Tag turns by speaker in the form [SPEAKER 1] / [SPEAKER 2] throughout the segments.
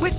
[SPEAKER 1] With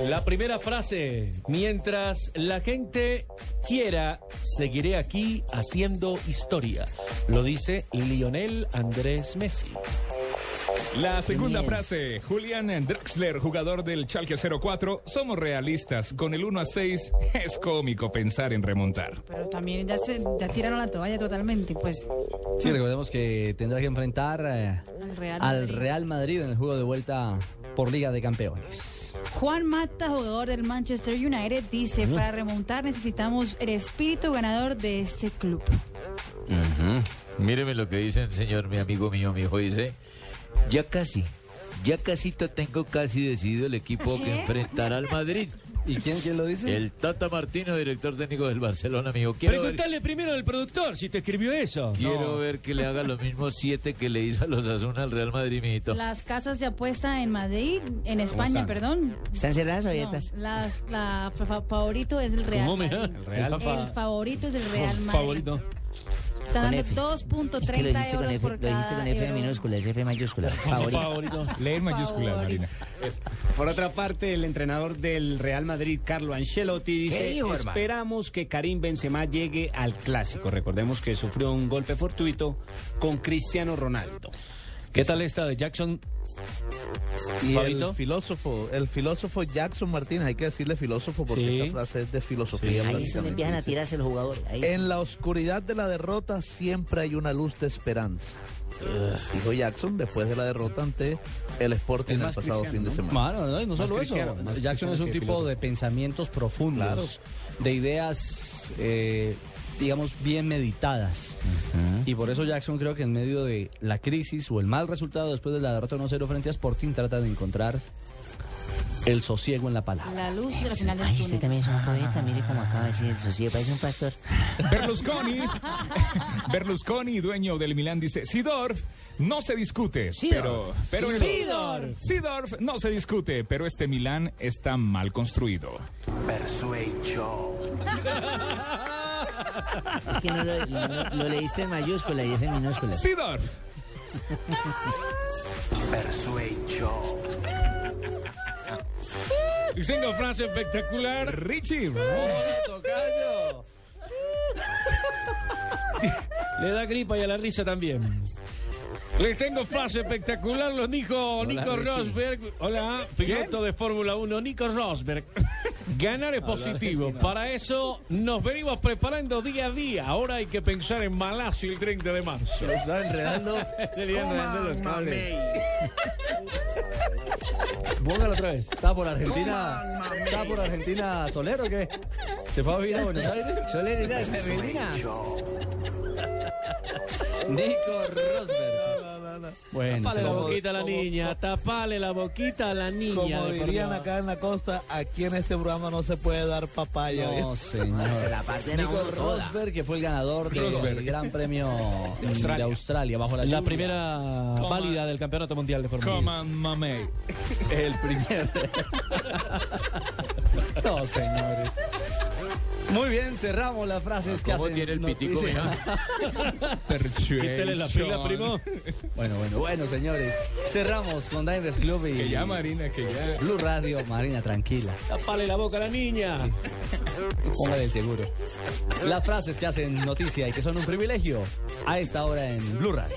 [SPEAKER 2] La primera frase, mientras la gente quiera, seguiré aquí haciendo historia, lo dice Lionel Andrés Messi.
[SPEAKER 3] La segunda frase, Julian Draxler, jugador del Chalke 04, somos realistas, con el 1 a 6 es cómico pensar en remontar.
[SPEAKER 4] Pero también ya, se, ya tiraron la toalla totalmente, pues.
[SPEAKER 5] Sí, recordemos que tendrá que enfrentar eh,
[SPEAKER 4] Al Real.
[SPEAKER 5] al
[SPEAKER 4] Madrid.
[SPEAKER 5] Real Madrid en el juego de vuelta por Liga de Campeones.
[SPEAKER 4] Juan Mata, jugador del Manchester United, dice, para remontar necesitamos el espíritu ganador de este club.
[SPEAKER 6] Míreme lo que dice el señor, mi amigo mío, mi hijo dice, ya casi, ya casito tengo casi decidido el equipo que enfrentará al Madrid.
[SPEAKER 5] ¿Y quién, quién lo dice?
[SPEAKER 6] El Tata Martino, director técnico del Barcelona, amigo, quiero ver,
[SPEAKER 2] Pregúntale primero al productor si te escribió eso.
[SPEAKER 6] quiero ver que le haga los mismos siete que le hizo a los Asuna al Real Madrid, mijito.
[SPEAKER 4] Las casas de apuesta en Madrid, en España, perdón.
[SPEAKER 7] ¿Están cerradas o
[SPEAKER 4] No,
[SPEAKER 7] abiertas?
[SPEAKER 4] las, la fa- fa- favorito es el Real
[SPEAKER 2] ¿Cómo me
[SPEAKER 4] Madrid.
[SPEAKER 2] da?
[SPEAKER 4] El, favorito es el Real Madrid.
[SPEAKER 2] Favorito.
[SPEAKER 4] Están
[SPEAKER 7] Con F.
[SPEAKER 4] dando
[SPEAKER 7] Es que lo
[SPEAKER 4] 2.30
[SPEAKER 7] dijiste con
[SPEAKER 4] euros
[SPEAKER 7] F,
[SPEAKER 4] por
[SPEAKER 7] lo dijiste
[SPEAKER 4] cada
[SPEAKER 7] con F
[SPEAKER 4] euro.
[SPEAKER 7] minúscula, es F mayúscula. Favorito.
[SPEAKER 2] Favorito.
[SPEAKER 3] Lee en mayúsculas,
[SPEAKER 4] Favorito.
[SPEAKER 3] Marina.
[SPEAKER 8] Por otra parte, el entrenador del Real Madrid, Carlo Ancelotti, dice,
[SPEAKER 7] dijo, hermano?
[SPEAKER 8] esperamos que Karim Benzema llegue al clásico. Recordemos que sufrió un golpe fortuito con Cristiano Ronaldo.
[SPEAKER 2] ¿Qué tal esta de Jackson?
[SPEAKER 9] Y
[SPEAKER 2] Fabito.
[SPEAKER 9] el filósofo, el filósofo Jackson Martínez, hay que decirle filósofo porque
[SPEAKER 2] Sí.
[SPEAKER 9] esta frase es de filosofía.
[SPEAKER 7] Ahí es donde
[SPEAKER 9] prácticamente.
[SPEAKER 7] empiezan a tirarse los jugadores. Ahí.
[SPEAKER 9] En la oscuridad de la derrota siempre hay una luz de esperanza. Dijo Jackson después de la derrota ante el Sporting
[SPEAKER 8] Es
[SPEAKER 9] el
[SPEAKER 8] más
[SPEAKER 9] pasado
[SPEAKER 8] cristiano,
[SPEAKER 9] fin de
[SPEAKER 8] ¿no?
[SPEAKER 9] semana.
[SPEAKER 5] Mano, no, y no
[SPEAKER 8] Más
[SPEAKER 5] solo eso.
[SPEAKER 8] cristiano, más
[SPEAKER 5] Jackson
[SPEAKER 8] cristiano
[SPEAKER 5] es un
[SPEAKER 8] que
[SPEAKER 5] tipo
[SPEAKER 8] filósofo.
[SPEAKER 5] de pensamientos profundos, de ideas, eh, digamos, bien meditadas. Y por eso Jackson creo que en medio de la crisis o el mal resultado después de la derrota 1-0 frente a Sporting trata de encontrar el sosiego en la palabra.
[SPEAKER 4] La luz de la final del
[SPEAKER 7] Ay, este usted también
[SPEAKER 4] túnel.
[SPEAKER 7] es un poeta, mire cómo acaba de decir el socio, parece un pastor.
[SPEAKER 3] Berlusconi, Berlusconi, dueño del Milán, dice, Sidorf no se discute, pero... pero el-
[SPEAKER 2] Sidorf.
[SPEAKER 3] Sidorf no se discute, pero este Milán está mal construido.
[SPEAKER 7] Es que no lo, lo- lo leíste en mayúscula y es en minúscula.
[SPEAKER 3] Sidorf.
[SPEAKER 2] Y tengo frase espectacular.
[SPEAKER 3] Richie.
[SPEAKER 2] Le da gripa y a la risa también. Les tengo frase espectacular, lo dijo Nico Rosberg. Hola, piloto de Fórmula 1, Nico Rosberg. Ganar es positivo. Para eso nos venimos preparando día a día. Ahora hay que pensar en Malasia el 30 de marzo.
[SPEAKER 9] Está enredando.
[SPEAKER 2] Póngalo otra vez.
[SPEAKER 5] ¿Está por Argentina? ¿Está por Argentina Solero o qué? ¿Se fue a vivir a Buenos Aires? Solero y Nico Rosberg. Bueno,
[SPEAKER 2] Tapale la
[SPEAKER 9] Como-
[SPEAKER 2] boquita a la
[SPEAKER 9] como-
[SPEAKER 2] niña. Tapale la boquita a la niña.
[SPEAKER 9] Como
[SPEAKER 2] de
[SPEAKER 9] dirían
[SPEAKER 2] Córdoba.
[SPEAKER 9] acá en la costa, aquí en este programa no se puede dar papaya.
[SPEAKER 5] No,
[SPEAKER 7] Se
[SPEAKER 5] señor.
[SPEAKER 7] la parte era
[SPEAKER 5] Nico
[SPEAKER 7] uno toda.
[SPEAKER 5] Rosberg, que fue el ganador del Gran Premio de Australia, bajo la
[SPEAKER 2] La
[SPEAKER 5] lluvia.
[SPEAKER 2] primera válida del Campeonato Mundial de Fórmula 1.
[SPEAKER 3] Come on, mame.
[SPEAKER 5] El primer. no, señores. Muy bien, cerramos las
[SPEAKER 9] Ah,
[SPEAKER 5] frases que
[SPEAKER 6] ¿Cómo
[SPEAKER 5] hacen
[SPEAKER 6] tiene el pitico,
[SPEAKER 5] noticia.
[SPEAKER 6] mija?
[SPEAKER 2] Quítale la pila, primo.
[SPEAKER 5] Bueno, bueno, bueno, señores. Cerramos con Diners Club y
[SPEAKER 3] Que ya, Marina, que ya.
[SPEAKER 5] Blue Radio. Marina, tranquila.
[SPEAKER 2] Tapale la boca a la niña.
[SPEAKER 5] Póngale el seguro. Las frases que hacen noticia y que son un privilegio a esta hora en Blue Radio.